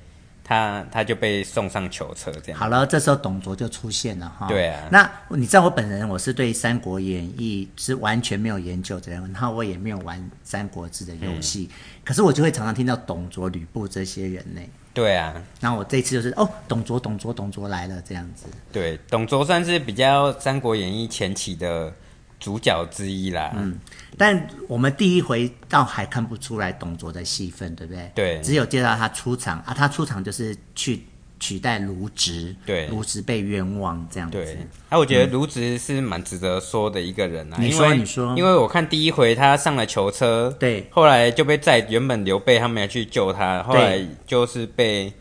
Speaker 2: 他他就被送上囚车这样。
Speaker 1: 好了，这时候董卓就出现了哈。
Speaker 2: 对啊
Speaker 1: 那你知道我本人我是对《三国演义》是完全没有研究的人，然后我也没有玩《三国志》的游戏，
Speaker 2: 嗯
Speaker 1: 可是我就会常常听到董卓、吕布这些人呢。
Speaker 2: 对啊，
Speaker 1: 然后我这次就是哦，董卓、董卓、董卓来了这样子。
Speaker 2: 对，董卓算是比较《三国演义》前期的主角之一啦。嗯，
Speaker 1: 但我们第一回倒还看不出来董卓的戏份，对不对？
Speaker 2: 对
Speaker 1: 只有介绍他出场啊，他出场就是去取代卢植，
Speaker 2: 对
Speaker 1: 卢植被冤枉这样子。
Speaker 2: 对。啊那、我觉得卢植是蛮值得说的一个人啊，
Speaker 1: 嗯你
Speaker 2: 因
Speaker 1: 说
Speaker 2: 为
Speaker 1: 你说
Speaker 2: 因为我看第一回他上了囚车，
Speaker 1: 对
Speaker 2: 后来就被载，原本刘备他们要去救他，后来
Speaker 1: 对
Speaker 2: 就是被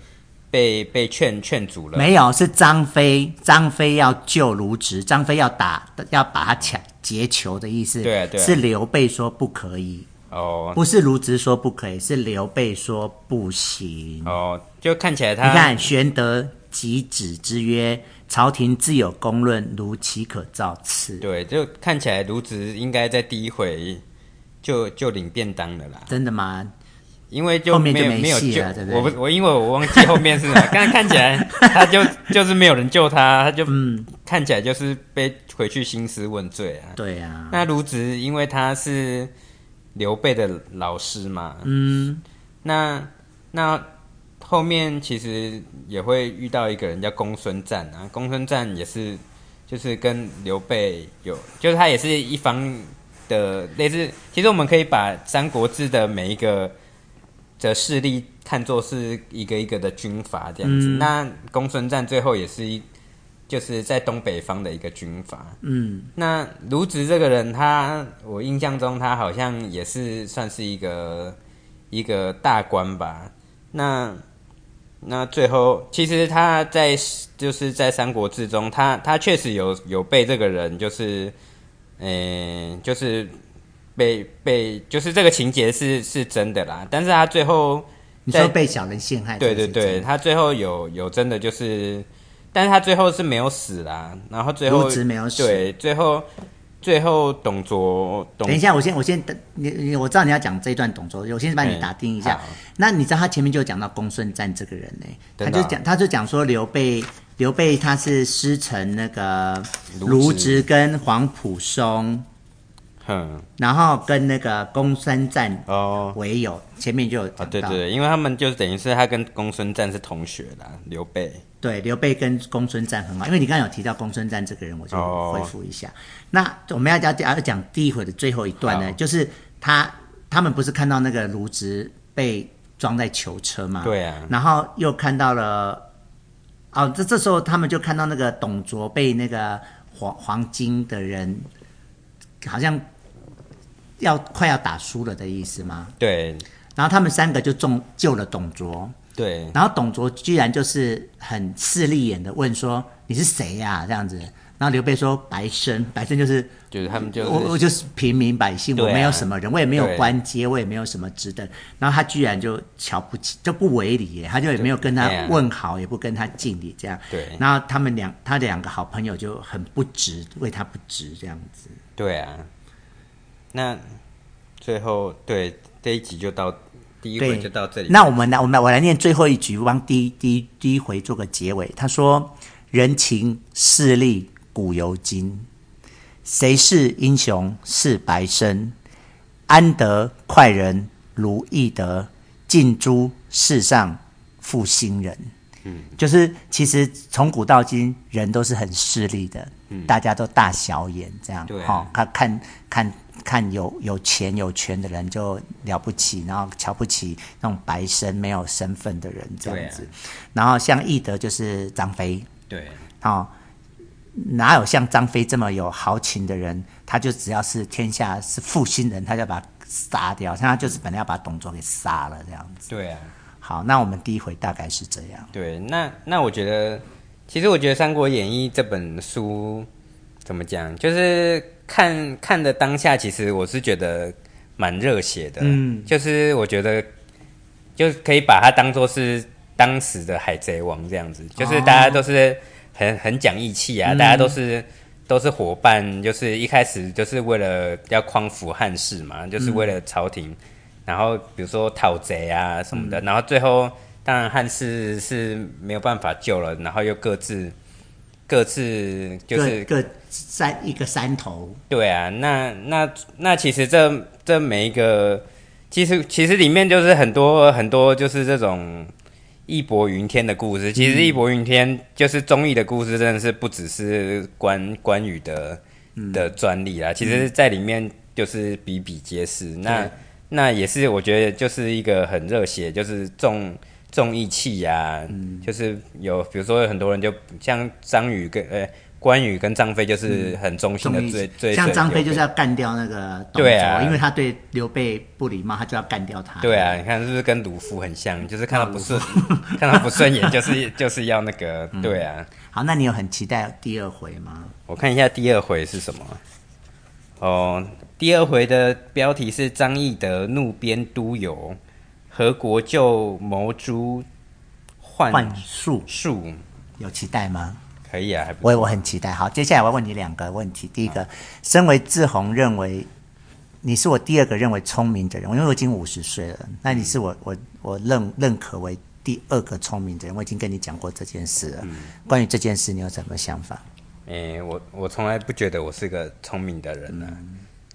Speaker 2: 被被劝劝阻了。
Speaker 1: 没有，是张飞，张飞要救卢植，张飞要打，要把他抢劫囚的意思。
Speaker 2: 对啊对啊
Speaker 1: 是刘备说不可以，
Speaker 2: 哦，
Speaker 1: 不是卢植说不可以，是刘备说不行。
Speaker 2: 哦，就看起来
Speaker 1: 你
Speaker 2: 他
Speaker 1: 看，玄德即止之曰：“朝廷自有公论，如其可造次。
Speaker 2: 对，就看起来卢植应该在第一回就就领便当了啦”，
Speaker 1: 真的吗？
Speaker 2: 因为就
Speaker 1: 后面
Speaker 2: 没
Speaker 1: 就
Speaker 2: 有
Speaker 1: 没
Speaker 2: 有
Speaker 1: 戏
Speaker 2: 救
Speaker 1: 了对不对
Speaker 2: 我不我因为我忘记后 面是哪，刚看起来他就就是没有人救他，他就、
Speaker 1: 嗯
Speaker 2: 看起来就是被回去兴师问罪啊。
Speaker 1: 对啊，
Speaker 2: 那卢植因为他是刘备的老师嘛，嗯，那那后面其实也会遇到一个人叫公孙瓒啊，公孙瓒也是就是跟刘备有，就是他也是一方的类似。其实我们可以把《三国志》的每一个的势力看作是一个一个的军阀这样子。那公孙瓒最后也是一。就是在东北方的一个军阀，
Speaker 1: 嗯，
Speaker 2: 那卢植这个人他，我印象中他好像也是算是一个一个大官吧。那那最后，其实他在就是在《三国志》中，他他确实有有被这个人就是，嗯、就是被被就是这个情节是是真的啦。但是他最后
Speaker 1: 你
Speaker 2: 在
Speaker 1: 说被小人陷害，
Speaker 2: 对对
Speaker 1: 这个是
Speaker 2: 对，
Speaker 1: 真的，
Speaker 2: 他最后有有真的就是，但是他最后是没有死啦，然后最后
Speaker 1: 卢植没有死
Speaker 2: 对，最后最后董卓董
Speaker 1: 等一下，我先我先等你，你我知道你要讲这一段董卓，我先帮你
Speaker 2: 嗯
Speaker 1: 打定一下。
Speaker 2: 好
Speaker 1: 那你知道他前面就有讲到公孙瓒这个人呢、他
Speaker 2: 真的
Speaker 1: 就
Speaker 2: 啊
Speaker 1: 讲他就讲说刘备刘备他是师承那个
Speaker 2: 卢
Speaker 1: 卢植
Speaker 2: 植
Speaker 1: 跟黄甫松，
Speaker 2: 哼
Speaker 1: 然后跟那个公孙瓒
Speaker 2: 哦
Speaker 1: 为友，前面就有讲到。
Speaker 2: 啊对对对，因为他们就是等于是他跟公孙瓒是同学啦，刘备
Speaker 1: 对，刘备跟公孙瓒很好，因为你刚刚有提到公孙瓒这个人，我就
Speaker 2: 哦
Speaker 1: 回复一下。那我们要要要讲第一回的最后一段呢，
Speaker 2: 好
Speaker 1: 就是他他们不是看到那个卢植被装在囚车吗？
Speaker 2: 对啊
Speaker 1: 然后又看到了，哦，这这时候他们就看到那个董卓被那个黄黄金的人，好像要快要打输了的意思吗？
Speaker 2: 对
Speaker 1: 然后他们三个就中救了董卓。
Speaker 2: 对
Speaker 1: 然后董卓居然就是很势利眼的问说：“你是谁呀、这样子。然后刘备说：“白生，白生就是
Speaker 2: 就是他们就
Speaker 1: 我，我
Speaker 2: 是
Speaker 1: 就是平民百姓，
Speaker 2: 对啊
Speaker 1: 我没有什么人，我也没有
Speaker 2: 对
Speaker 1: 官阶，我也没有什么职等。”然后他居然就瞧不起，就不为礼耶，他就也没有跟他
Speaker 2: 对啊
Speaker 1: 问好，也不跟他敬礼，这样。
Speaker 2: 对
Speaker 1: 然后他们两他两个好朋友就很不值，为他不值这样子。
Speaker 2: 对啊，那最后对这一集就到第一
Speaker 1: 对，
Speaker 2: 回就到这里，
Speaker 1: 那我们来，我们来，我来念最后一局，帮第一第一第一回做个结尾。他说：“人情势利古犹今，谁是英雄是白生？安得快人如易得？尽诛世上负心人。嗯，就是其实从古到今，人都是很势利的，大家都大小眼这样，
Speaker 2: 嗯对啊
Speaker 1: 哦，看看看看有有钱有权的人就了不起，然后瞧不起那种白身没有身份的人这
Speaker 2: 对
Speaker 1: 样
Speaker 2: 啊
Speaker 1: 子。然后像易德就是张飞，
Speaker 2: 对，
Speaker 1: 哦，哪有像张飞这么有豪情的人？他就只要是天下是负心人，他就把他杀掉。像他就是本来要把董卓给杀了这样子。
Speaker 2: 对啊，
Speaker 1: 好，那我们第一回大概是这样。
Speaker 2: 对，那那我觉得，其实我觉得《三国演义》这本书怎么讲，就是看看的当下，其实我是觉得蛮热血的，嗯，就是我觉得就是可以把它当做是当时的海贼王这样子，就是大家都是很、很讲义气啊，大家都是。都是伙伴，就是一开始就是为了要匡扶汉室嘛，就是为了朝廷，然后比如说讨贼啊什么的，然后最后当然汉室是没有办法救了，然后又各自各自就是
Speaker 1: 各各山一个山头，
Speaker 2: 对啊，那那那其实这这每一个，其实其实里面就是很多很多就是这种义薄云天的故事。其实义薄云天就是综艺的故事，真的是不只是关关羽的
Speaker 1: 嗯
Speaker 2: 的专利啦。其实，在里面就是比比皆是。那那也是我觉得就是一个很热血，就是重重义气呀、
Speaker 1: 嗯
Speaker 2: 就是有比如说有很多人就像张宇跟呃。关羽跟张飞
Speaker 1: 嗯
Speaker 2: 就是很忠心的
Speaker 1: 重
Speaker 2: 追
Speaker 1: 义
Speaker 2: 追随
Speaker 1: 像张飞
Speaker 2: 刘
Speaker 1: 就
Speaker 2: 备
Speaker 1: 是要干掉那个董卓，
Speaker 2: 对啊
Speaker 1: 因为他对刘备不礼貌，他就要干掉他。
Speaker 2: 对啊，你看是不是跟鲁夫很像？就是看他不顺， 看他不顺眼， 就是就是要那个。对啊，
Speaker 1: 好，那你有很期待第二回吗？
Speaker 2: 我看一下第二回是什么。哦，第二回的标题是张翼德怒鞭都邮，何国舅谋诛幻
Speaker 1: 幻术
Speaker 2: 术，
Speaker 1: 有期待吗？
Speaker 2: 可以啊，还不
Speaker 1: 我我很期待。好，接下来我要问你两个问题。第一个，身为志宏，认为你是我第二个认为聪明的人，因为我已经五十岁了。那你是我、我我认认可为第二个聪明的人。我已经跟你讲过这件事了。关于这件事，你有什么想法？
Speaker 2: 诶、我我从来不觉得我是个聪明的人啊。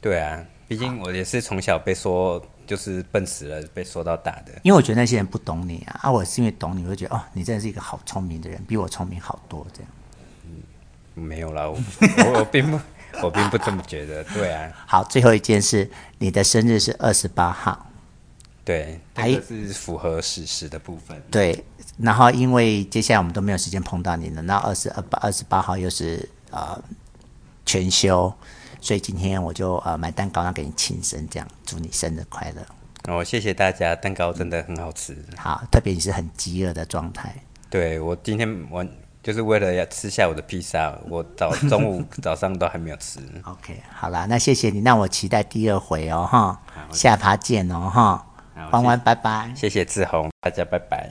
Speaker 2: 对啊，毕竟我也是从小被说就是笨死了，被说到大的。
Speaker 1: 因为我觉得那些人不懂你啊，啊，我是因为懂你，我就觉得哦，你真的是一个好聪明的人，比我聪明好多这样。
Speaker 2: 没有啦，我我我并不我并不这么觉得，对啊，
Speaker 1: 好，最后一件事，你的生日是二十八号。
Speaker 2: 对，
Speaker 1: 哎
Speaker 2: 这个是符合事实的部分。
Speaker 1: 对，然后因为接下来我们都没有时间碰到你了，那二十二八二十八号又是呃全休，所以今天我就呃买蛋糕，然后给你庆生，这样祝你生日快乐。
Speaker 2: 哦，谢谢大家，蛋糕真的很好吃。
Speaker 1: 好，特别你是很饥饿的状态，
Speaker 2: 对我今天我就是为了要吃下我的披萨，我早中午早上都还没有吃。
Speaker 1: OK，好啦，那谢谢你，那我期待第二回哦哈，下趴见哦哈
Speaker 2: 好，
Speaker 1: 弯弯拜拜。
Speaker 2: 谢谢志宏，大家拜拜。